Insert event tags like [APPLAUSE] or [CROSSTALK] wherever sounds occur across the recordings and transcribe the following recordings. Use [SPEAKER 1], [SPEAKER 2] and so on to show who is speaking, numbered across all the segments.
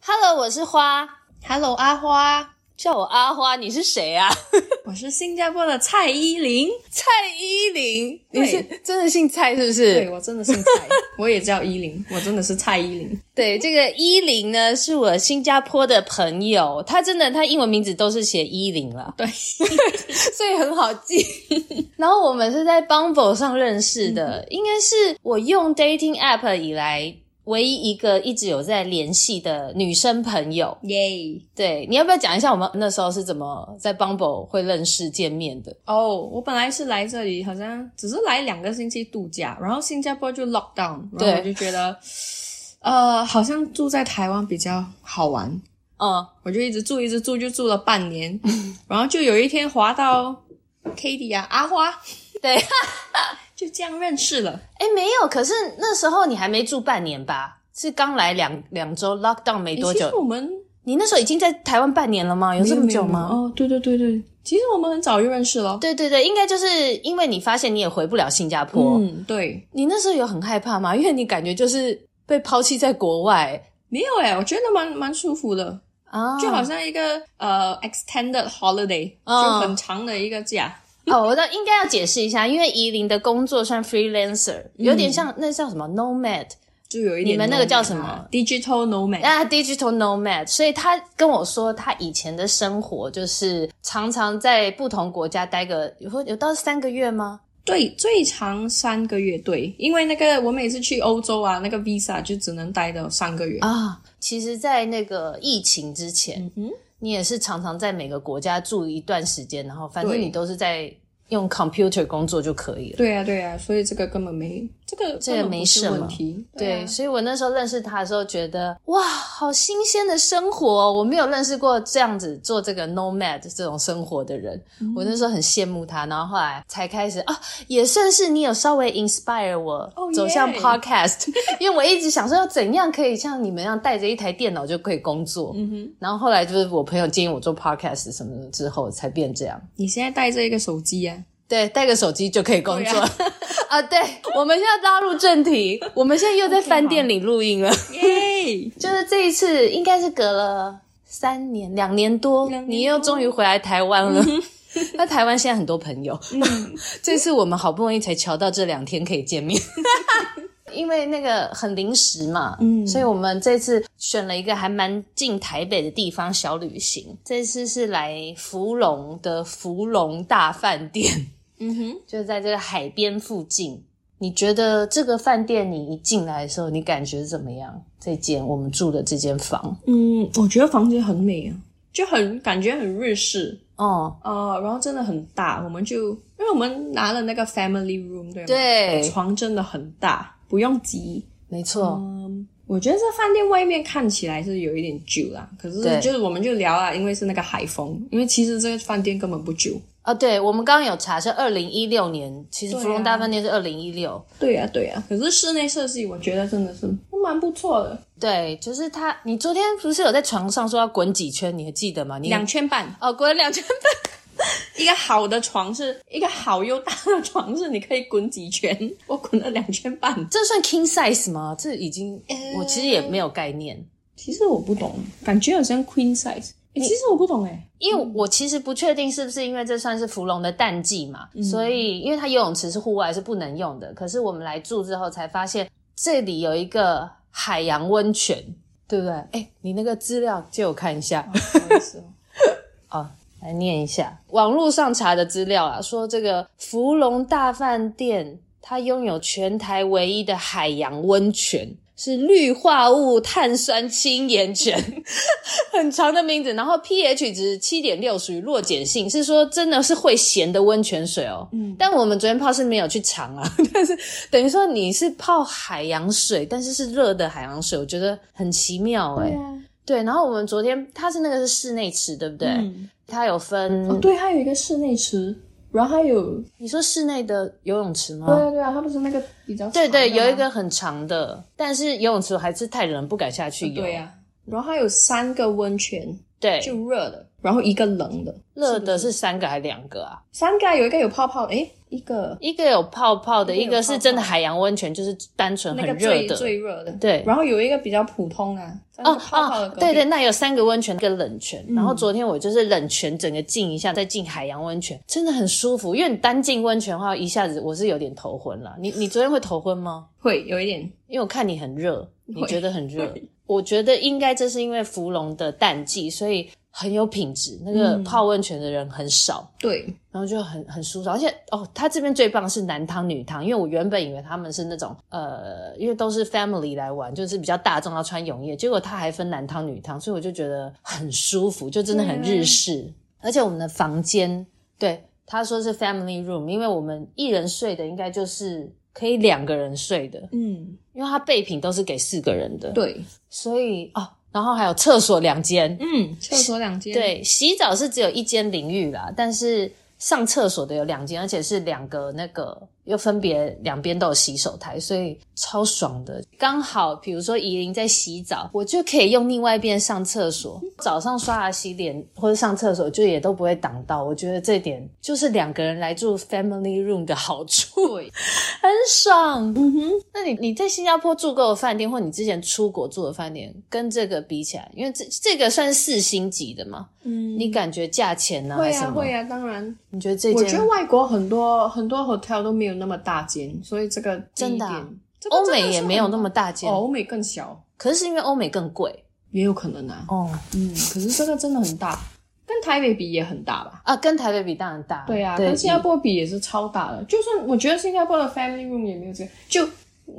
[SPEAKER 1] Hello，我是花，
[SPEAKER 2] Hello，阿花，
[SPEAKER 1] 叫我阿花，你是谁啊？ [LAUGHS]
[SPEAKER 2] 我是新加坡的蔡依林。
[SPEAKER 1] 蔡依林，
[SPEAKER 2] 对
[SPEAKER 1] 你是真的姓蔡是不
[SPEAKER 2] 对
[SPEAKER 1] 是？
[SPEAKER 2] 我真的姓蔡，我也叫依林， [LAUGHS] 我真的是蔡依林。
[SPEAKER 1] 对，这个依林呢是我新加坡的朋友，他真的他英文名字都是写依林了， [LAUGHS]
[SPEAKER 2] 对，
[SPEAKER 1] 所以很好记。 [LAUGHS] 然后我们是在 Bumble 上认识的，应该是我用 dating app 以来唯一一个一直有在联系的女生朋友。
[SPEAKER 2] 耶！
[SPEAKER 1] 对，你要不要讲一下我们那时候是怎么在 Bumble 会认识见面的？
[SPEAKER 2] 哦，我本来是来这里，好像只是来两个星期度假，然后新加坡就 lock down，然
[SPEAKER 1] 对
[SPEAKER 2] 后我就觉得，呃，好像住在台湾比较好玩，
[SPEAKER 1] 嗯，
[SPEAKER 2] 我就一直住，一直住，就住了半
[SPEAKER 1] [LAUGHS]
[SPEAKER 2] 年，然后就有一天滑到 k d t 啊，阿花
[SPEAKER 1] 对。
[SPEAKER 2] [LAUGHS] 就这样认识了。
[SPEAKER 1] 哎，没有，可是那时候你还没住半年吧？是刚来两两周 lockdown 没多
[SPEAKER 2] 诶其实
[SPEAKER 1] 久，
[SPEAKER 2] 我们
[SPEAKER 1] 你那时候已经在台湾半年了吗？有这么久
[SPEAKER 2] 没有
[SPEAKER 1] 吗？
[SPEAKER 2] 没有哦，对对对对，其实我们很早就认识了。
[SPEAKER 1] 对对对，应该就是因为你发现你也回不了新加坡，
[SPEAKER 2] 嗯，对，
[SPEAKER 1] 你那时候有很害怕吗？因为你感觉就是被抛弃在国外
[SPEAKER 2] 没有哎、我觉得蛮蛮舒服的，
[SPEAKER 1] 啊，
[SPEAKER 2] 哦就好像一个、呃 extended holiday，、
[SPEAKER 1] 嗯
[SPEAKER 2] 就很长的一个假。
[SPEAKER 1] 哦，那应该要解释一下，因为怡琳的工作算 freelancer，、有点像
[SPEAKER 2] 嗯
[SPEAKER 1] 那叫什么 nomad
[SPEAKER 2] 就有一点，
[SPEAKER 1] 你们那个叫什么
[SPEAKER 2] ？digital nomad，、
[SPEAKER 1] 啊，digital nomad，所以他跟我说，他以前的生活就是常常在不同国家待个，有有到三个月吗？
[SPEAKER 2] 对，最长三个月，对，因为那个我每次去欧洲啊，那个 visa 就只能待到三个月。
[SPEAKER 1] 啊，其实，在那个疫情之前，
[SPEAKER 2] 嗯哼，
[SPEAKER 1] 你也是常常在每个国家住一段时间，然后反正
[SPEAKER 2] 对
[SPEAKER 1] 你都是在用 computer 工作就可以了。
[SPEAKER 2] 对啊，对啊，所以这个根本没，这个
[SPEAKER 1] 这个
[SPEAKER 2] 根本不
[SPEAKER 1] 没
[SPEAKER 2] 是
[SPEAKER 1] 什么
[SPEAKER 2] 问题。
[SPEAKER 1] 对，
[SPEAKER 2] 啊
[SPEAKER 1] 所以我那时候认识他的时候，觉得哇，好新鲜的生活哦、我没有认识过这样子做这个 nomad 这种生活的人。
[SPEAKER 2] 嗯
[SPEAKER 1] 我那时候很羡慕他，然后后来才开始啊，也算是你有稍微 inspire 我、
[SPEAKER 2] 哦
[SPEAKER 1] 走向
[SPEAKER 2] 耶 [LAUGHS]
[SPEAKER 1] podcast，因为我一直想说要怎样可以像你们一样带着一台电脑就可以工作。
[SPEAKER 2] 嗯哼，
[SPEAKER 1] 然后后来就是我朋友建议我做 podcast 什么的之后，才变这样。
[SPEAKER 2] 你现在带着一个手
[SPEAKER 1] [LAUGHS]
[SPEAKER 2] 机啊，
[SPEAKER 1] 对，带个手机就可以工作
[SPEAKER 2] 对
[SPEAKER 1] [LAUGHS] 啊对，我们现在拉入正题，我们现在又在
[SPEAKER 2] OK，
[SPEAKER 1] 饭
[SPEAKER 2] 好
[SPEAKER 1] 店里录音了。
[SPEAKER 2] 耶！
[SPEAKER 1] 就是这一次应该是隔了三年、两年多，
[SPEAKER 2] 两年多嗯
[SPEAKER 1] 你又终于回来台湾了。 [LAUGHS] 那台湾现在很多朋友， [LAUGHS] 这次我们好不容易才瞧到这两天可以见面。 [LAUGHS] 因为那个很临时嘛，嗯，
[SPEAKER 2] 嗯
[SPEAKER 1] 所以我们这次选了一个还蛮近台北的地方小旅行。这次是来芙蓉的芙蓉大饭店，
[SPEAKER 2] 嗯哼，
[SPEAKER 1] 就在这个海边附近。你觉得这个饭店你一进来的时候，你感觉怎么样？这间我们住的这间房，
[SPEAKER 2] 嗯，我觉得房间很美啊，就很感觉很日式。
[SPEAKER 1] 哦，
[SPEAKER 2] 呃，然后真的很大，我们就因为我们拿了那个 family room，对吗？，
[SPEAKER 1] 对，
[SPEAKER 2] 床真的很大，不用急。
[SPEAKER 1] 没错，
[SPEAKER 2] 嗯，我觉得这饭店外面看起来是有一点旧啦，可是
[SPEAKER 1] 对
[SPEAKER 2] 就是我们就聊啊啦，因为是那个海风，因为其实这个饭店根本不旧。
[SPEAKER 1] 啊，对，我们刚刚有查是二零一六年，其实
[SPEAKER 2] 对啊
[SPEAKER 1] 芙蓉大饭店是二零一六，
[SPEAKER 2] 对呀、对呀、可是室内设计我觉得真的是嗯蛮不错的，
[SPEAKER 1] 对，就是他，你昨天不是有在床上说要滚几圈，你还记得吗？你
[SPEAKER 2] 两圈半，
[SPEAKER 1] 哦，滚两圈 [LAUGHS]
[SPEAKER 2] 一个好的床是一个好又大的床是你可以滚几圈， [LAUGHS] 我滚了两圈半。
[SPEAKER 1] 这算 king size 吗？这已经，
[SPEAKER 2] 呃
[SPEAKER 1] 我其实也没有概念，
[SPEAKER 2] 其实我不懂，感觉好像 queen size，诶其实我不懂哎、
[SPEAKER 1] 因为我其实不确定是不是因为这算是芙蓉的淡季嘛，所以因为它游泳池是户外是不能用的，可是我们来住之后才发现这里有一个海洋温
[SPEAKER 2] 嗯
[SPEAKER 1] 泉，对不对？哎，你那个资料借我看一下
[SPEAKER 2] 不好意思哦
[SPEAKER 1] 啊，来念一下网络上查的资料啊，说这个芙蓉大饭店它拥有全台唯一的海洋温泉，是氯化物碳酸氢盐泉， [LAUGHS] 很长的名字。然后 pH 值七点六，属于弱碱性，是说真的是会咸的温泉水哦。
[SPEAKER 2] 嗯
[SPEAKER 1] 但我们昨天泡是没有去尝啊， [LAUGHS] 但是等于说你是泡海洋水，但是是热的海洋水，我觉得很奇妙哎、
[SPEAKER 2] 对啊，
[SPEAKER 1] 对，然后我们昨天它是那个是室内池，对不对？
[SPEAKER 2] 嗯
[SPEAKER 1] 它有分、
[SPEAKER 2] 哦，对，还有一个室内池，然后还有，
[SPEAKER 1] 你说室内的游泳池
[SPEAKER 2] 对
[SPEAKER 1] 吗？
[SPEAKER 2] 啊对啊，它不是那个比较
[SPEAKER 1] 对对，
[SPEAKER 2] 啊长的吗
[SPEAKER 1] 有一个很长的，但是游泳池我还是太冷，不敢下去游。
[SPEAKER 2] 对啊，然后还有三个温泉，
[SPEAKER 1] 对
[SPEAKER 2] 就热的，然后一个冷的，
[SPEAKER 1] 热的
[SPEAKER 2] 是
[SPEAKER 1] 是
[SPEAKER 2] 不是
[SPEAKER 1] 三个还两个啊？
[SPEAKER 2] 三个啊，有一个有泡泡，诶，一个
[SPEAKER 1] 一个有泡泡的，
[SPEAKER 2] 一个
[SPEAKER 1] 一
[SPEAKER 2] 有
[SPEAKER 1] 个
[SPEAKER 2] 泡
[SPEAKER 1] 是
[SPEAKER 2] 泡
[SPEAKER 1] 真的海洋温泉，就是单纯
[SPEAKER 2] 那
[SPEAKER 1] 很
[SPEAKER 2] 个
[SPEAKER 1] 热
[SPEAKER 2] 最
[SPEAKER 1] 的。
[SPEAKER 2] 最热的，
[SPEAKER 1] 对
[SPEAKER 2] 然后有一个比较普通啊，在那
[SPEAKER 1] 哦
[SPEAKER 2] 个泡泡的
[SPEAKER 1] 哦
[SPEAKER 2] 隔，壁
[SPEAKER 1] 对对，，那有三个温泉跟冷泉，
[SPEAKER 2] 嗯
[SPEAKER 1] 然后昨天我就是冷泉整个浸一下，再浸海洋温泉，真的很舒服。因为你单浸温泉的话，一下子我是有点头昏了。你你昨天会头昏吗？
[SPEAKER 2] 会有一点
[SPEAKER 1] 因为我看你很热，你
[SPEAKER 2] 会
[SPEAKER 1] 觉得很热
[SPEAKER 2] 会，
[SPEAKER 1] 我觉得应该这是因为芙蓉的淡季，所以很有品质。那个
[SPEAKER 2] 嗯
[SPEAKER 1] 泡温泉的人很少，
[SPEAKER 2] 对，
[SPEAKER 1] 然后就很很舒爽，而且哦，它这边最棒的是男汤女汤，因为我原本以为他们是那种呃，因为都是 family 来玩，就是比较大众要穿泳衣，结果它还分男汤女汤，所以我就觉得很舒服，就真的很
[SPEAKER 2] 啊
[SPEAKER 1] 日式。而且我们的房间，对他说是 family room，因为我们一人睡的应该就是可以两个人睡的，
[SPEAKER 2] 嗯，
[SPEAKER 1] 因为它备品都是给四个人的，，
[SPEAKER 2] 对，
[SPEAKER 1] 所以哦，然后还有厕所两间，
[SPEAKER 2] 嗯，厕所两间，，
[SPEAKER 1] 对，洗澡是只有一间淋浴啦，但是上厕所的有两间，而且是两个那个又分别两边都有洗手台，所以超爽的。刚好比如说怡琳在洗澡，我就可以用另外一边上厕所。
[SPEAKER 2] 嗯
[SPEAKER 1] 早上刷牙、洗脸或者上厕所，就也都不会挡到。我觉得这点就是两个人来住 family room 的好处，
[SPEAKER 2] 对
[SPEAKER 1] [LAUGHS] 很爽。嗯哼，那你你在新加坡住过的饭店，或你之前出国住的饭店，跟这个比起来，因为这这个算是四星级的嘛，
[SPEAKER 2] 嗯，
[SPEAKER 1] 你感觉价钱呢、
[SPEAKER 2] 会
[SPEAKER 1] 还是什
[SPEAKER 2] 啊
[SPEAKER 1] 么？
[SPEAKER 2] 会啊，当然，
[SPEAKER 1] 你觉得这
[SPEAKER 2] 我觉
[SPEAKER 1] 间
[SPEAKER 2] 得外国很多很多 hotel 都没有那么大间，所以这个第一
[SPEAKER 1] 真的啊
[SPEAKER 2] 点这个
[SPEAKER 1] 欧
[SPEAKER 2] 真的
[SPEAKER 1] 美也
[SPEAKER 2] 是
[SPEAKER 1] 没有
[SPEAKER 2] 很
[SPEAKER 1] 那么大间，
[SPEAKER 2] 哦，欧美更小，
[SPEAKER 1] 可是因为欧美更贵
[SPEAKER 2] 也有可能啊，
[SPEAKER 1] 哦
[SPEAKER 2] 嗯，可是这个真的很大，跟台北比也很大吧？
[SPEAKER 1] 啊，跟台北比当然大。
[SPEAKER 2] 对啊，
[SPEAKER 1] 对
[SPEAKER 2] 跟新加坡比也是超大的。就算我觉得新加坡的 family room 也没有这个，就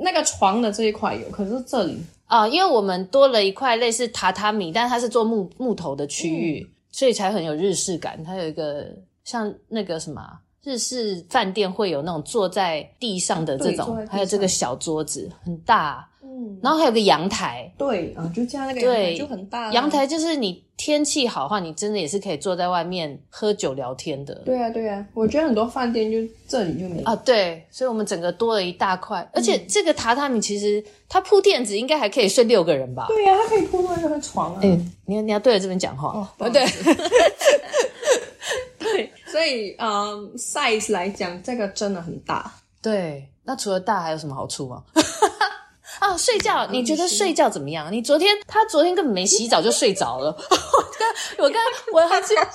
[SPEAKER 2] 那个床的这一块有，可是这里
[SPEAKER 1] 啊，因为我们多了一块类似榻榻米，但是它是做木木头的区域，
[SPEAKER 2] 嗯
[SPEAKER 1] 所以才很有日式感。它有一个像那个什么啊日式饭店会有那种坐在地上的这
[SPEAKER 2] 啊对坐在
[SPEAKER 1] 种，
[SPEAKER 2] 地上
[SPEAKER 1] 还有这个小桌子很大，
[SPEAKER 2] 嗯，
[SPEAKER 1] 然后还有个阳台。
[SPEAKER 2] 对啊，就加那个阳台
[SPEAKER 1] 对，
[SPEAKER 2] 就很大啊，
[SPEAKER 1] 阳台就是你天气好的话，你真的也是可以坐在外面喝酒聊天的。
[SPEAKER 2] 对啊对啊，我觉得很多饭店就这里就没
[SPEAKER 1] 啊，对，所以我们整个多了一大块，
[SPEAKER 2] 嗯
[SPEAKER 1] 而且这个榻榻米其实它铺垫子应该还可以睡六个人吧？
[SPEAKER 2] 对呀、啊，它可以铺到那个床啊。
[SPEAKER 1] 哎、你要你要对着这边讲话，
[SPEAKER 2] 哦不
[SPEAKER 1] 啊
[SPEAKER 2] 好意
[SPEAKER 1] 对， [LAUGHS]
[SPEAKER 2] 对，所以嗯、s i z e 来讲，这个真的很大。
[SPEAKER 1] 对，那除了大还有什么好处吗？ [LAUGHS] 啊，睡觉，你觉得
[SPEAKER 2] 你是
[SPEAKER 1] 睡觉怎么样？你昨天他昨天根本没洗澡就睡着了， [LAUGHS] 我跟我跟我还
[SPEAKER 2] [LAUGHS]
[SPEAKER 1] 记得， [LAUGHS]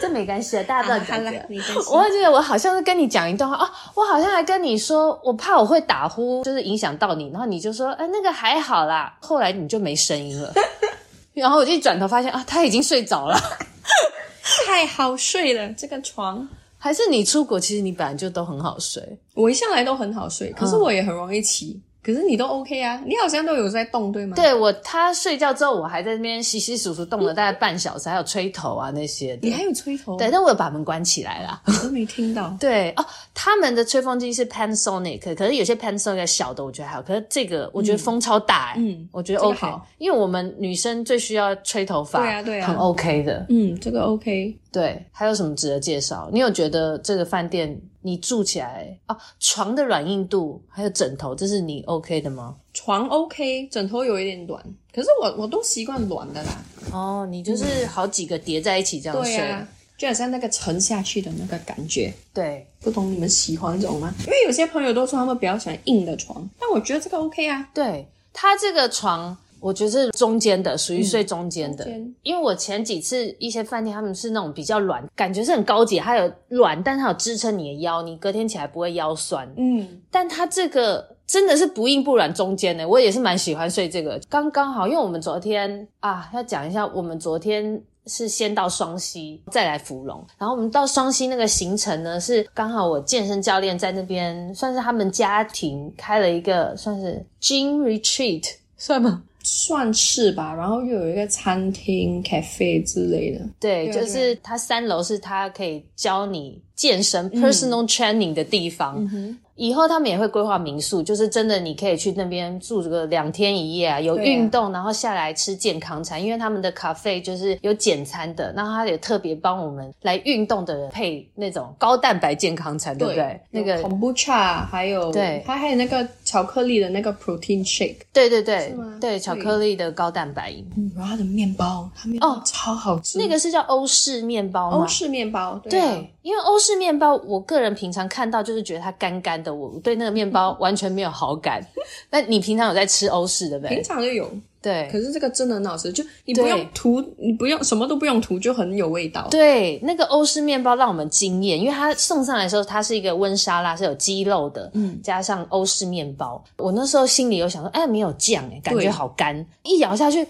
[SPEAKER 1] 这没关系的，大家都
[SPEAKER 2] 啊
[SPEAKER 1] 很感觉。
[SPEAKER 2] 你先
[SPEAKER 1] 我会觉得我好像是跟你讲一段话啊，我好像还跟你说，我怕我会打呼，就是影响到你，然后你就说，哎，那个还好啦。后来你就没声音了， [LAUGHS] 然后我就一转头发现啊，他已经睡着了。 [LAUGHS]
[SPEAKER 2] 太好睡了，这个床
[SPEAKER 1] 还是你出国，其实你本来就都很好睡，
[SPEAKER 2] 我一向来都很好睡，可是我也很容易起。可是你都 OK 啊，你好像都有在动，对吗？
[SPEAKER 1] 对我，他睡觉之后，我还在那边洗洗数数，动了大概半小时，还有吹头啊那些的
[SPEAKER 2] 你。还有吹头，
[SPEAKER 1] 对，，但我有把门关起来啦。。
[SPEAKER 2] 我都没听到
[SPEAKER 1] 对哦，他们的吹风机是 Panasonic，可是有些 Panasonic 小的我觉得还好，可是这个我觉得风超大、欸，
[SPEAKER 2] 嗯
[SPEAKER 1] 我觉得
[SPEAKER 2] 这个
[SPEAKER 1] OK，、
[SPEAKER 2] 好
[SPEAKER 1] 因为我们女生最需要吹头发，
[SPEAKER 2] 对啊对啊
[SPEAKER 1] 很 OK 的。
[SPEAKER 2] 嗯，这个 OK，
[SPEAKER 1] 对，还有什么值得介绍？你有觉得这个饭店你住起来啊，床的软硬度还有枕头，这是你 OK 的吗？
[SPEAKER 2] 床 OK，枕头有一点软，可是我我都习惯软的啦。
[SPEAKER 1] 哦，你就是好几个叠在一起这样
[SPEAKER 2] 对啊
[SPEAKER 1] 睡，
[SPEAKER 2] 呀、就好像那个沉下去的那个感觉。
[SPEAKER 1] 对
[SPEAKER 2] 不懂你们喜欢这种吗？因为有些朋友都说他们比较喜欢硬的床，但我觉得这个 OK 啊。
[SPEAKER 1] 对，它这个床我觉得是中间的，属于睡中间的。
[SPEAKER 2] 嗯中间
[SPEAKER 1] 因为我前几次一些饭店他们是那种比较软，感觉是很高级，它有软，但它有支撑你的腰，你隔天起来不会腰酸。
[SPEAKER 2] 嗯，
[SPEAKER 1] 但它这个真的是不硬不软中间的，我也是蛮喜欢睡这个，刚刚好。因为我们昨天啊，要讲一下，我们昨天是先到双溪，再来芙蓉。然后我们到双溪那个行程呢，是刚好我健身教练在那边，算是他们家庭开了一个算是 gym retreat，算吗？
[SPEAKER 2] 算是吧。然后又有一个餐厅、cafe 之类的。
[SPEAKER 1] 对，
[SPEAKER 2] 对
[SPEAKER 1] 就是
[SPEAKER 2] 对
[SPEAKER 1] 它三楼是它可以教你健身、personal
[SPEAKER 2] 嗯
[SPEAKER 1] training 的地方。以后他们也会规划民宿，就是真的你可以去那边住个两天一夜啊，有
[SPEAKER 2] 对啊
[SPEAKER 1] 运动，然后下来吃健康餐，因为他们的咖啡就是有简餐的，然后他也特别帮我们来运动的人配那种高蛋白健康餐，对不对？那个
[SPEAKER 2] kombucha，还有
[SPEAKER 1] 对哦
[SPEAKER 2] 它还有那个巧克力的那个 protein shake，
[SPEAKER 1] 对对对
[SPEAKER 2] 吗
[SPEAKER 1] 对，巧克力的高蛋白饮，
[SPEAKER 2] 嗯，然后它的面包，它面包
[SPEAKER 1] 哦
[SPEAKER 2] 超好吃，
[SPEAKER 1] 那个是叫欧式面包吗
[SPEAKER 2] 欧？式面包，对啊
[SPEAKER 1] 对，因为欧式面包，我个人平常看到就是觉得它干干的，我对那个面包完全没有好 [LAUGHS] 感。那你平常有在吃欧式的
[SPEAKER 2] 平
[SPEAKER 1] 呗？
[SPEAKER 2] 常就有，
[SPEAKER 1] 对
[SPEAKER 2] 可是这个真的很好吃，就你不
[SPEAKER 1] 对
[SPEAKER 2] 用涂，你不用什么都不用涂，就很有味道。
[SPEAKER 1] 对，那个欧式面包让我们惊艳，因为它送上来的时候，它是一个温沙拉，是有鸡肉的，嗯，加上欧式面包。我那时候心里有想说，哎，没有酱、哎，感觉
[SPEAKER 2] 对
[SPEAKER 1] 好干。一咬下去，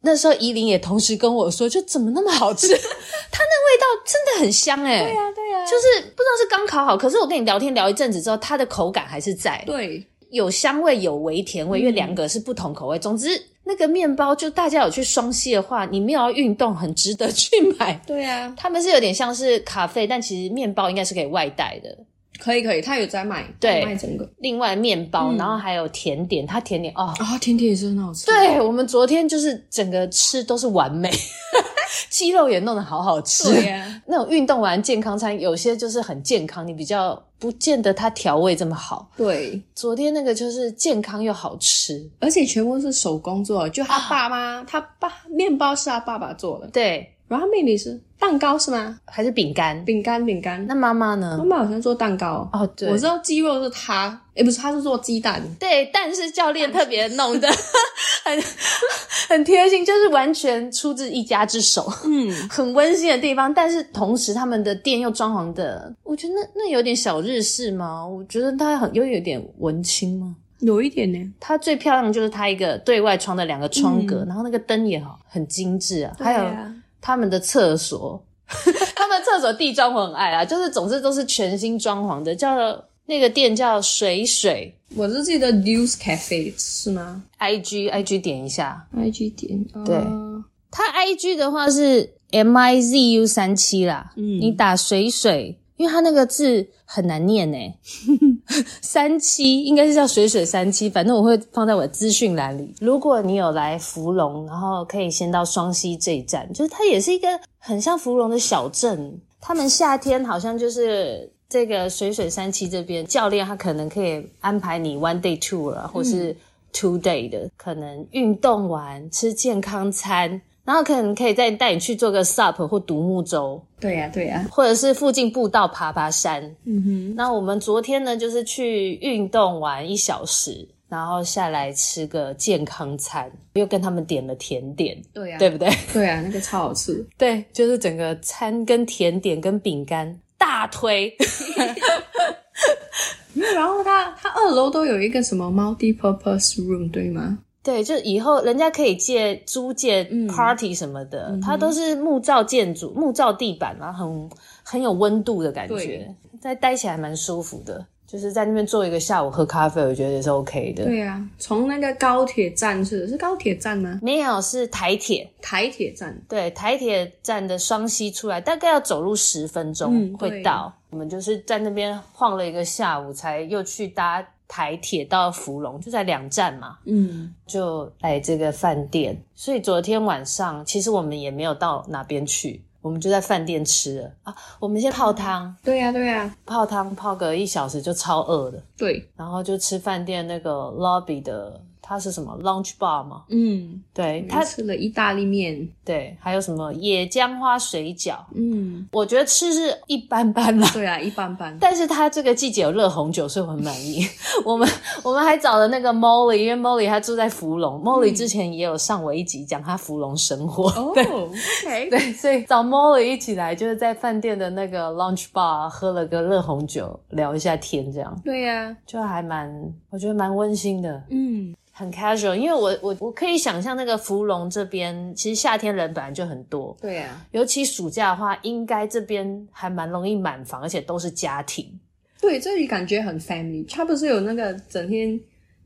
[SPEAKER 1] 那时候怡琳也同时跟我说，就怎么那么好 [LAUGHS] 吃？它那味道真的很香、哎，
[SPEAKER 2] 对呀、对呀、啊
[SPEAKER 1] 就是不知道是刚烤好，可是我跟你聊天聊一阵子之后，它的口感还是在，
[SPEAKER 2] 对，嗯
[SPEAKER 1] 有香味有微甜味，因为两个是不同口味。总之，那个面包就大家有去双溪的话，你没有要运动，很值得去买。
[SPEAKER 2] 对啊呀、
[SPEAKER 1] 他们是有点像是咖啡，但其实面包应该是可以外带的。
[SPEAKER 2] 可以可以，他有在卖，
[SPEAKER 1] 对
[SPEAKER 2] 他卖整个
[SPEAKER 1] 另外面包，
[SPEAKER 2] 嗯
[SPEAKER 1] 然后还有甜点，它甜点哦，
[SPEAKER 2] 啊、甜点也是很好吃。
[SPEAKER 1] 对我们昨天就是整个吃都是完美， [LAUGHS] 鸡肉也弄得好好吃。
[SPEAKER 2] 对啊呀、
[SPEAKER 1] 那种运动完健康餐，有些就是很健康，你比较不见得它调味这么好。
[SPEAKER 2] 对，
[SPEAKER 1] 昨天那个就是健康又好吃，
[SPEAKER 2] 而且全部是手工做的，就他爸妈，他爸面包是他爸爸做的，
[SPEAKER 1] 对，
[SPEAKER 2] 然后他妹妹是蛋糕是吗？
[SPEAKER 1] 还是饼干。
[SPEAKER 2] 饼干饼干，
[SPEAKER 1] 那妈妈
[SPEAKER 2] 妈
[SPEAKER 1] 呢？
[SPEAKER 2] 妈好像做蛋糕，
[SPEAKER 1] 哦，对，
[SPEAKER 2] 我知道鸡肉是他，诶，不是，他是做鸡蛋，
[SPEAKER 1] 对，但是教练特别弄 [LAUGHS] 的很很贴心，就是完全出自一家之手， [LAUGHS]
[SPEAKER 2] 嗯，
[SPEAKER 1] 很温馨的地方。但是同时，他们的店又装潢的，我觉得那那有点小日式吗？我觉得它很又有点文青吗？
[SPEAKER 2] 有一点呢，
[SPEAKER 1] 它最漂亮的就是它一个对外窗的两个窗格，然后那个灯也好很精致嗯啊，还有他们的厕所， [LAUGHS] 他们厕所地砖我很爱啊，就是总之都是全新装潢的，叫那个店叫水水
[SPEAKER 2] 我是记得 News Cafe 是吗
[SPEAKER 1] ，IG IG 点一下，
[SPEAKER 2] ？IG 点
[SPEAKER 1] 对
[SPEAKER 2] 哦
[SPEAKER 1] 它 IG 的话是 M I Z U 三七啦，嗯，你打水水，因为它那个字很难念呢、三七应该是叫水水三七，反正我会放在我的资讯栏里。如果你有来芙蓉，然后可以先到双溪这一站，就是它也是一个很像芙蓉的小镇。他们夏天好像就是这个水水三七这边教练，他可能可以安排你 one day tour 啊，或是 two day 的，可能运动完吃健康餐。然后可能可以再带你去做个 SUP 或独木舟，
[SPEAKER 2] 对呀对呀，
[SPEAKER 1] 或者是附近步道爬爬山，
[SPEAKER 2] 嗯哼，
[SPEAKER 1] 那我们昨天呢，就是去运动完一小时，然后下来吃个健康餐，又跟他们点了甜点，
[SPEAKER 2] 对啊呀
[SPEAKER 1] 对不对？ [LAUGHS]
[SPEAKER 2] 对呀，那个超好吃，
[SPEAKER 1] 对，就是整个餐跟甜点跟饼干大推。 [LAUGHS]
[SPEAKER 2] 然后它它二楼都有一个什么 multi-purpose room 对吗？
[SPEAKER 1] 对，就以后人家可以借租借
[SPEAKER 2] 嗯
[SPEAKER 1] party 什么的，它都是木造建筑、木造地板嘛，很很有温度的感觉
[SPEAKER 2] 对，
[SPEAKER 1] 在待起来蛮舒服的。就是在那边坐一个下午喝咖啡，我觉得也是 OK 的。
[SPEAKER 2] 对呀，从那个高铁站是是高铁站吗？
[SPEAKER 1] 没有是台铁，
[SPEAKER 2] 台铁站，
[SPEAKER 1] 对，台铁站的双溪出来，大概要走路十分钟
[SPEAKER 2] 嗯
[SPEAKER 1] 会到。我们就是在那边晃了一个下午，才又去搭台铁到芙蓉，就在两站嘛，
[SPEAKER 2] 嗯，
[SPEAKER 1] 就来这个饭店。所以昨天晚上其实我们也没有到哪边去，我们就在饭店吃了啊。我们先泡汤，
[SPEAKER 2] 对呀对呀，
[SPEAKER 1] 泡汤泡个一小时就超饿的，
[SPEAKER 2] 对，
[SPEAKER 1] 然后就吃饭店那个 lobby 的，它是什么 lounge bar 吗？
[SPEAKER 2] 嗯，
[SPEAKER 1] 对，
[SPEAKER 2] 他
[SPEAKER 1] 它
[SPEAKER 2] 吃了意大利面，
[SPEAKER 1] 对，还有什么野姜花水饺。
[SPEAKER 2] 嗯，
[SPEAKER 1] 我觉得吃是一般般啦。 [LAUGHS]
[SPEAKER 2] 对啊，一般般。
[SPEAKER 1] 但是它这个季节有热红酒，所以我很满意。 [LAUGHS] 我们我们还找了那个 Molly，因为 Molly 她住在芙蓉，Molly 之前也有上我一集讲她芙蓉生活，
[SPEAKER 2] 哦，OK，
[SPEAKER 1] [LAUGHS] 对，所以找 Molly 一起来，就是在饭店的那个 lunch bar 喝了个热红酒，聊一下天，这样
[SPEAKER 2] 对呀，
[SPEAKER 1] 就还蛮我觉得蛮温馨的。
[SPEAKER 2] 嗯，
[SPEAKER 1] 很 casual，因为我我我可以想象那个芙蓉这边，其实夏天人本来就很多，
[SPEAKER 2] 对啊，
[SPEAKER 1] 尤其暑假的话，应该这边还蛮容易满房，而且都是家庭。
[SPEAKER 2] 对，这里感觉很 family。它不是有那个整天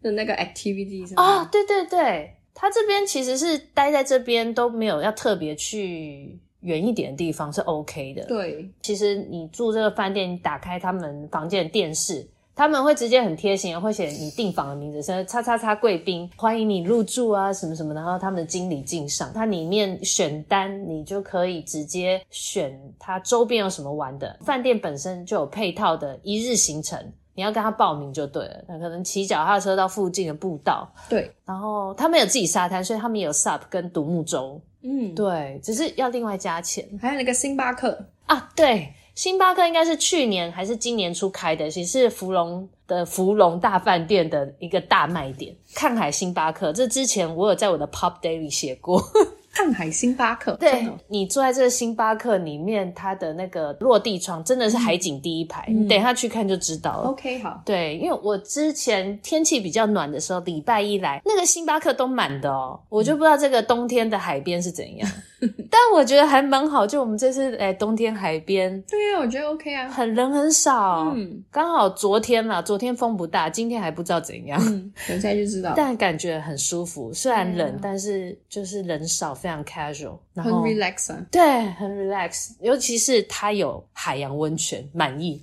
[SPEAKER 2] 的那个 activity 是
[SPEAKER 1] 哦，
[SPEAKER 2] 吗？
[SPEAKER 1] 对对对，他这边其实是待在这边都没有要特别去远一点的地方是 OK 的。
[SPEAKER 2] 对，
[SPEAKER 1] 其实你住这个饭店，你打开他们房间的电视，他们会直接很贴心，会写你订房的名字，是叉叉叉贵宾，欢迎你入住啊，什么什么的。然后他们的经理敬上，它里面选单你就可以直接选它周边有什么玩的，饭店本身就有配套的一日行程。你要跟他报名就对了，那可能骑脚踏车到附近的步道，
[SPEAKER 2] 对，
[SPEAKER 1] 然后他们有自己沙滩，所以他们也有 SUP 跟独木舟，
[SPEAKER 2] 嗯，
[SPEAKER 1] 对，只是要另外加钱。
[SPEAKER 2] 还有那个星巴克，
[SPEAKER 1] 啊，对，星巴克应该是去年还是今年初开的，其实是芙蓉的芙蓉大饭店的一个大卖点。看海星巴克，这之前我有在我的 Pop Daily 写过。
[SPEAKER 2] 上海星巴克，真的
[SPEAKER 1] [LAUGHS] 你坐在这个星巴克里面，它的那个落地窗真的是海景第一排，你等一下去看就知道了。
[SPEAKER 2] ，OK，好，
[SPEAKER 1] 对，因为我之前天气比较暖的时候，礼拜一来，那个星巴克都满的哦，我就不知道这个冬天的海边是怎样， [LAUGHS] 但我觉得还蛮好。就我们这次来冬天海边，
[SPEAKER 2] 对啊，我觉得 OK 啊，
[SPEAKER 1] 很人很少，
[SPEAKER 2] 嗯
[SPEAKER 1] 刚好昨天啦，昨天风不大，今天还不知道怎样，
[SPEAKER 2] 嗯，等一下就知道，
[SPEAKER 1] 但感觉很舒服。虽然冷，
[SPEAKER 2] 对啊
[SPEAKER 1] 但是就是人少，非常 casual，然
[SPEAKER 2] 很
[SPEAKER 1] 后
[SPEAKER 2] relax 啊，
[SPEAKER 1] 对，很 relax。尤其是它有海洋温泉，满
[SPEAKER 2] [LAUGHS]
[SPEAKER 1] 意。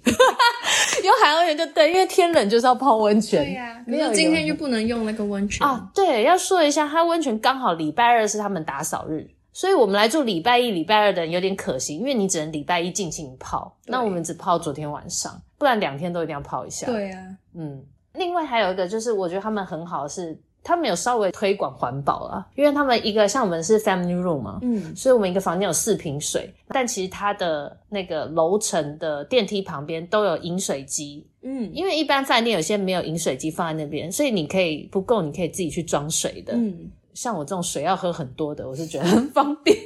[SPEAKER 1] 有海洋温泉就对，因为天冷就是要泡温泉。
[SPEAKER 2] 对呀，可
[SPEAKER 1] 没有
[SPEAKER 2] 是今天
[SPEAKER 1] 游
[SPEAKER 2] 就不能用那个温泉
[SPEAKER 1] 啊，对，要说一下，它温泉刚好礼拜二是他们打扫日，所以我们来住礼拜一、礼拜二的人有点可惜，因为你只能礼拜一尽情泡，
[SPEAKER 2] 对
[SPEAKER 1] 那我们只泡昨天晚上，不然两天都一定要泡一下。，
[SPEAKER 2] 对啊，
[SPEAKER 1] 嗯。另外还有一个就是，我觉得他们很好的是，他们有稍微推广环保啦，因为他们一个像我们是 family room 嘛，
[SPEAKER 2] 嗯，
[SPEAKER 1] 所以我们一个房间有四瓶水，但其实它的那个楼层的电梯旁边都有饮水机，
[SPEAKER 2] 嗯，
[SPEAKER 1] 因为一般饭店有些没有饮水机放在那边，所以你可以不够，你可以自己去装水的。
[SPEAKER 2] 嗯，
[SPEAKER 1] 像我这种水要喝很多的，我是觉得很方便。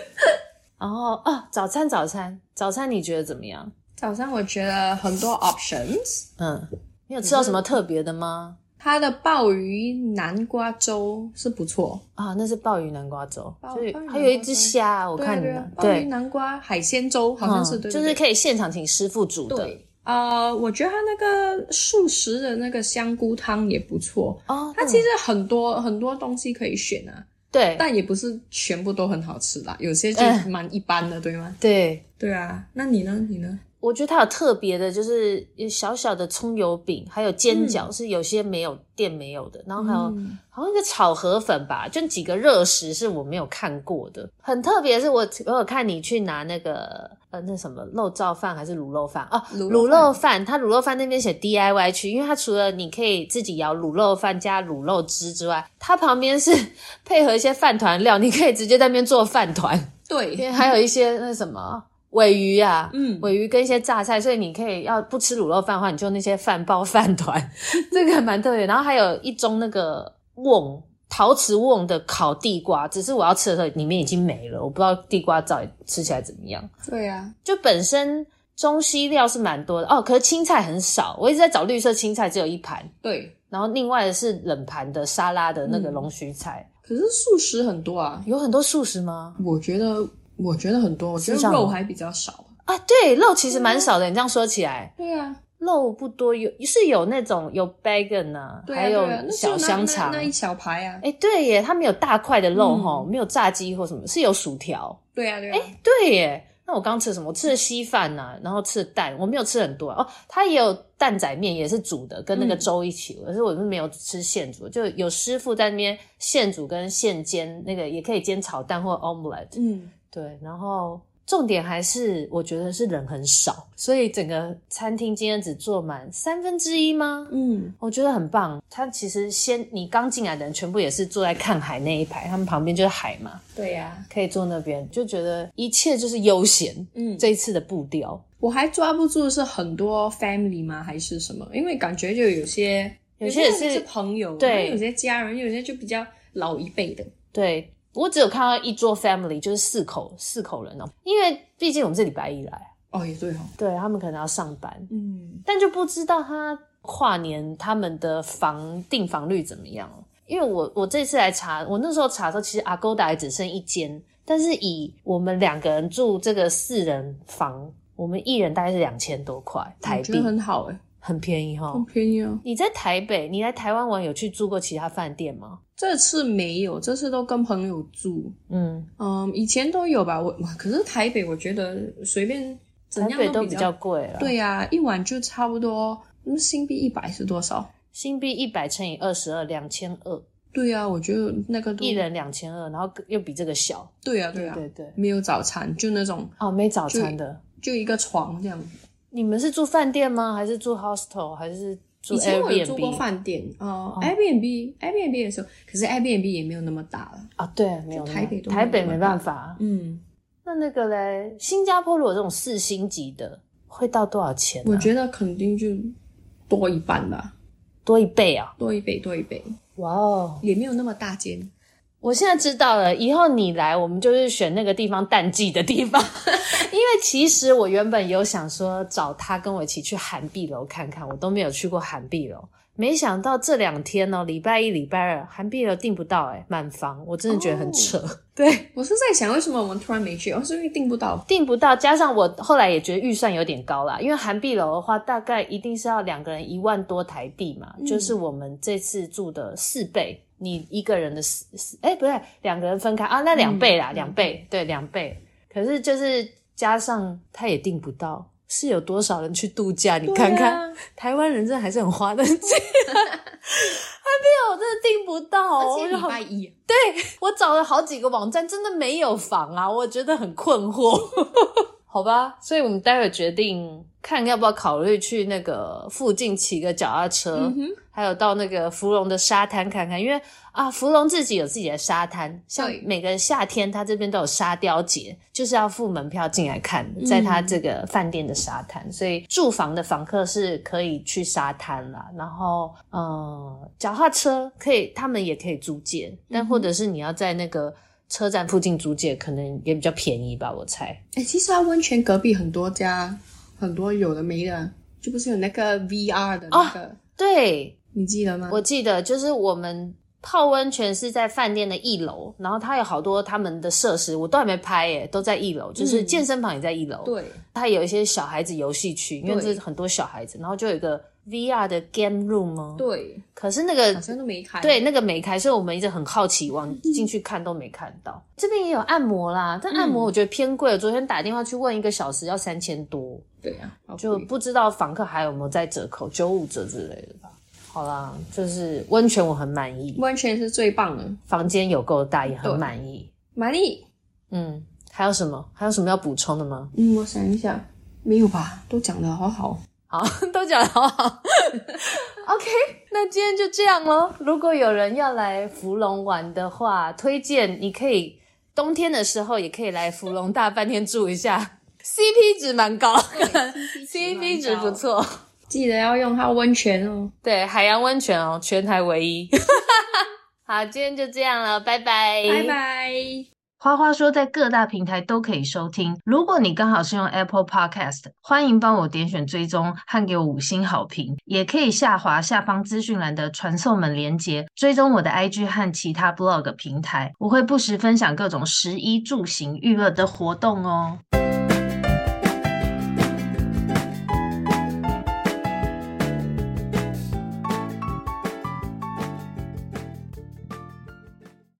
[SPEAKER 1] [LAUGHS] 然后啊，早餐早餐早餐你觉得怎么样？
[SPEAKER 2] 早上我觉得很多 options，
[SPEAKER 1] 嗯，你有吃到什么特别的吗？
[SPEAKER 2] 它的鲍鱼南瓜粥是不错，
[SPEAKER 1] 啊，那是鲍鱼南瓜粥，
[SPEAKER 2] 鲍
[SPEAKER 1] 所以
[SPEAKER 2] 鲍鱼南瓜
[SPEAKER 1] 还有一只虾，我
[SPEAKER 2] 对
[SPEAKER 1] 看你
[SPEAKER 2] 对
[SPEAKER 1] 拿
[SPEAKER 2] 啊，鲍鱼南瓜海鲜粥好像是，
[SPEAKER 1] 嗯
[SPEAKER 2] 对
[SPEAKER 1] 就
[SPEAKER 2] 对
[SPEAKER 1] 是
[SPEAKER 2] 对
[SPEAKER 1] 可以现场请师傅煮的
[SPEAKER 2] 对，呃，我觉得它那个素食的那个香菇汤也不错，
[SPEAKER 1] 哦。
[SPEAKER 2] 它其实很多很多东西可以选啊，
[SPEAKER 1] 对
[SPEAKER 2] 但也不是全部都很好吃啦，有些就
[SPEAKER 1] 嗯
[SPEAKER 2] 蛮一般的，对吗？
[SPEAKER 1] 对，
[SPEAKER 2] 对啊，那你呢？你呢？
[SPEAKER 1] 我觉得它有特别的，就是有小小的葱油饼，还有煎饺、是有些没有店没有的，然后还有、
[SPEAKER 2] 嗯
[SPEAKER 1] 好像一个炒河粉吧，就几个热食是我没有看过的，很特别。是我我有看你去拿那个呃那什么肉燥饭还是卤肉饭哦，卤
[SPEAKER 2] 卤肉饭
[SPEAKER 1] 肉饭，它卤肉饭那边写 DIY 区，因为它除了你可以自己摇卤肉饭加卤肉汁之外，它旁边是 [LAUGHS] 配合一些饭团料，你可以直接在那边做饭团。因
[SPEAKER 2] 对，
[SPEAKER 1] 为还有一些那什么尾鱼啊，
[SPEAKER 2] 嗯
[SPEAKER 1] 尾鱼跟一些榨菜，所以你可以要不吃卤肉饭的话，你就那些饭包 [LAUGHS] 饭团，这个蛮特别。然后还有一盅那个瓮。陶瓷瓮的烤地瓜，只是我要吃的时候里面已经没了，我不知道地瓜到底吃起来怎么样。
[SPEAKER 2] 对啊，
[SPEAKER 1] 就本身中西料是蛮多的哦，可是青菜很少，我一直在找绿色青菜，只有一盘。
[SPEAKER 2] 对。
[SPEAKER 1] 然后另外的是冷盘的沙拉的那个
[SPEAKER 2] 嗯
[SPEAKER 1] 龙须菜，
[SPEAKER 2] 可是素食很多啊，
[SPEAKER 1] 有很多素食吗？
[SPEAKER 2] 我觉得，我觉得很多，我
[SPEAKER 1] 是
[SPEAKER 2] 觉得
[SPEAKER 1] 这样吗
[SPEAKER 2] 肉还比较少。
[SPEAKER 1] 啊，对，肉其实蛮少的。你这样说起来，
[SPEAKER 2] 对啊，
[SPEAKER 1] 肉不多，有是有那种有 bacon 啊，
[SPEAKER 2] 对啊，
[SPEAKER 1] 还
[SPEAKER 2] 对啊
[SPEAKER 1] 有
[SPEAKER 2] 那
[SPEAKER 1] 小
[SPEAKER 2] 就那
[SPEAKER 1] 香
[SPEAKER 2] 那
[SPEAKER 1] 肠。
[SPEAKER 2] 那一小排啊，
[SPEAKER 1] 哎，对耶，它没有大块的肉
[SPEAKER 2] 嗯
[SPEAKER 1] 哈、没有炸鸡或什么，是有薯条。
[SPEAKER 2] 对啊，对啊，
[SPEAKER 1] 对耶，那我刚吃了什么？我吃了稀饭呐、然后吃了蛋，我没有吃很多啊、哦。它也有蛋仔面，也是煮的，跟那个
[SPEAKER 2] 嗯
[SPEAKER 1] 粥一起。可是我是没有吃现煮，就有师傅在那边现煮跟现煎，那个也可以煎炒蛋或 omelette。
[SPEAKER 2] 嗯，
[SPEAKER 1] 对，然后重点还是我觉得是人很少，所以整个餐厅今天只坐满三分之一吗？
[SPEAKER 2] 嗯，
[SPEAKER 1] 我觉得很棒。它其实先你刚进来的人全部也是坐在看海那一排，他们旁边就是海嘛，
[SPEAKER 2] 对啊呀，
[SPEAKER 1] 可以坐那边，就觉得一切就是悠闲。
[SPEAKER 2] 嗯，
[SPEAKER 1] 这一次的步调
[SPEAKER 2] 我还抓不住是很多 family 吗，还是什么？因为感觉就有些，
[SPEAKER 1] 有些
[SPEAKER 2] 些
[SPEAKER 1] 也
[SPEAKER 2] 人
[SPEAKER 1] 是
[SPEAKER 2] 是朋友，
[SPEAKER 1] 对
[SPEAKER 2] 然后有些家人，有些就比较老一辈的。
[SPEAKER 1] 对。我只有看到一桌 family，就是四口四口人哦，因为毕竟我们是礼拜一来，
[SPEAKER 2] 哦，也对哦，
[SPEAKER 1] 对他们可能要上班，
[SPEAKER 2] 嗯，
[SPEAKER 1] 但就不知道他跨年他们的房订房率怎么样了。因为我我这次来查，我那时候查的时候，其实 Agoda 也只剩一间，但是以我们两个人住这个四人房，我们一人大概是两千多块台
[SPEAKER 2] 我觉
[SPEAKER 1] 币哦
[SPEAKER 2] 得，很好哎、
[SPEAKER 1] 很便宜哈
[SPEAKER 2] 很。便宜啊。
[SPEAKER 1] 你在台北，你来台湾玩有去住过其他饭店吗？
[SPEAKER 2] 这次没有，这次都跟朋友住，
[SPEAKER 1] 嗯，
[SPEAKER 2] 嗯，以前都有吧。我哇可是台北，我觉得随便怎
[SPEAKER 1] 台
[SPEAKER 2] 样
[SPEAKER 1] 北都
[SPEAKER 2] 比
[SPEAKER 1] 比较贵了。，
[SPEAKER 2] 对呀、一晚就差不多，嗯，新币一百是多少？
[SPEAKER 1] 新币一百乘以二十二，两千二，
[SPEAKER 2] 对呀、我觉得那个都
[SPEAKER 1] 一人两千二，然后又比这个小。
[SPEAKER 2] 对呀、对呀、
[SPEAKER 1] 对对，
[SPEAKER 2] 没有早餐，就那种
[SPEAKER 1] 哦，没早餐的。
[SPEAKER 2] 就一个床这样。
[SPEAKER 1] 你们是住饭店吗？还是住 hostel？还是住
[SPEAKER 2] 以前我有住过
[SPEAKER 1] Airbnb？哦
[SPEAKER 2] 饭店，呃、，Airbnb，Airbnb 的时候，可是 Airbnb 也没有那么大了。
[SPEAKER 1] 啊，对，没有那么
[SPEAKER 2] 台北都没有
[SPEAKER 1] 台北
[SPEAKER 2] 那么
[SPEAKER 1] 没
[SPEAKER 2] 大
[SPEAKER 1] 办法。
[SPEAKER 2] 嗯，
[SPEAKER 1] 那那个嘞，新加坡如果这种四星级的，会到多少钱、啊？
[SPEAKER 2] 我觉得肯定就多一半吧，
[SPEAKER 1] 多一倍啊！
[SPEAKER 2] 多一倍，多一倍，
[SPEAKER 1] 哇哦！
[SPEAKER 2] 也没有那么大间。
[SPEAKER 1] 我现在知道了，以后你来，我们就是选那个地方淡季的地方， [LAUGHS] 因为其实我原本有想说找他跟我一起去寒碧楼看看，我都没有去过寒碧楼，没想到这两天哦，礼拜一、礼拜二，寒碧楼订不到、哎，满房，我真的觉得
[SPEAKER 2] 哦
[SPEAKER 1] 很扯。对，
[SPEAKER 2] 我是在想，为什么我们突然没去？哦，是因为订不到。
[SPEAKER 1] 订不到，加上我后来也觉得预算有点高啦，因为韩碧楼的话，大概一定是要两个人一万多台币嘛，
[SPEAKER 2] 嗯
[SPEAKER 1] 就是我们这次住的四倍，你一个人的四四，哎、不对，两个人分开啊，那两倍啦，
[SPEAKER 2] 嗯
[SPEAKER 1] 两、倍，对，两倍。可是就是加上他也订不到，是有多少人去度假？你看看，
[SPEAKER 2] 对啊，
[SPEAKER 1] 台湾人真的还是很花
[SPEAKER 2] [LAUGHS]
[SPEAKER 1] 得起，韩碧楼真的订不到、哦，
[SPEAKER 2] 而且
[SPEAKER 1] 我就
[SPEAKER 2] 礼
[SPEAKER 1] 好
[SPEAKER 2] 拜一，啊
[SPEAKER 1] [LAUGHS] 我找了好几个网站，真的没有房啊，我觉得很困惑。 [LAUGHS] 好吧，所以我们待会决定看要不要考虑去那个附近骑个脚踏车，
[SPEAKER 2] 嗯哼，
[SPEAKER 1] 还有到那个芙蓉的沙滩看看，因为啊，芙蓉自己有自己的沙滩，像
[SPEAKER 2] 对
[SPEAKER 1] 每个夏天它这边都有沙雕节，就是要付门票进来看的，在它这个饭店的沙滩，所以住房的房客是可以去沙滩啦。然后，呃，脚踏车可以，他们也可以租借，但或者是你要在那个车站附近租借，可能也比较便宜吧，我猜。
[SPEAKER 2] 哎、其实它温泉隔壁很多家，很多有的没的，就不是有那个 VR 的那个，
[SPEAKER 1] 对，
[SPEAKER 2] 你记得吗？
[SPEAKER 1] 哦我记得就是我们泡温泉是在饭店的一楼，然后它有好多他们的设施，我都还没拍耶，都在一楼，就是
[SPEAKER 2] 嗯
[SPEAKER 1] 健身房也在一楼，
[SPEAKER 2] 对，
[SPEAKER 1] 它有一些小孩子游戏区，因为
[SPEAKER 2] 对
[SPEAKER 1] 这是很多小孩子，然后就有一个 VR 的 game room 吗？
[SPEAKER 2] 对，
[SPEAKER 1] 可是那
[SPEAKER 2] 好
[SPEAKER 1] 个。
[SPEAKER 2] 像都嗯没开。
[SPEAKER 1] 哦对，，那个没开，所以我们一直很好奇，往进去看都没看到。这边也有按摩啦，但
[SPEAKER 2] 嗯
[SPEAKER 1] 按摩我觉得偏贵。我昨天打电话去问，一个小时要三千多，
[SPEAKER 2] 对呀、啊，好
[SPEAKER 1] 就
[SPEAKER 2] 贵
[SPEAKER 1] 不知道房客还有没有在折扣，九五折之类的吧。好啦，就是温泉我很满意，
[SPEAKER 2] 温泉是最棒的，
[SPEAKER 1] 房间有够大，也很满意。
[SPEAKER 2] 玛丽。
[SPEAKER 1] 嗯，还有什么？还有什么要补充的吗？
[SPEAKER 2] 嗯，我想一下，没有吧？都讲的
[SPEAKER 1] [LAUGHS]
[SPEAKER 2] 好好。
[SPEAKER 1] 好，都讲 [LAUGHS] 得好好。OK，那今天就这样咯。如果有人要来芙蓉玩的话，推荐你可以冬天的时候也可以来芙蓉大饭店住一下，CP [LAUGHS] 值蛮高 [LAUGHS] ，CP 值不，错。
[SPEAKER 2] 记得要用它温泉哦。
[SPEAKER 1] 对，海洋温泉哦，全台唯一。 [LAUGHS] 好，今天就这样了，拜拜，
[SPEAKER 2] 拜。拜。
[SPEAKER 1] 花花说，在各大平台都可以收听。如果你刚好是用 Apple Podcast，欢迎帮我点选追踪和给我五星好评，也可以下滑下方资讯栏的传送门连接，追踪我的 IG 和其他 blog 平台。我会不时分享各种食衣住行娱乐的活动哦。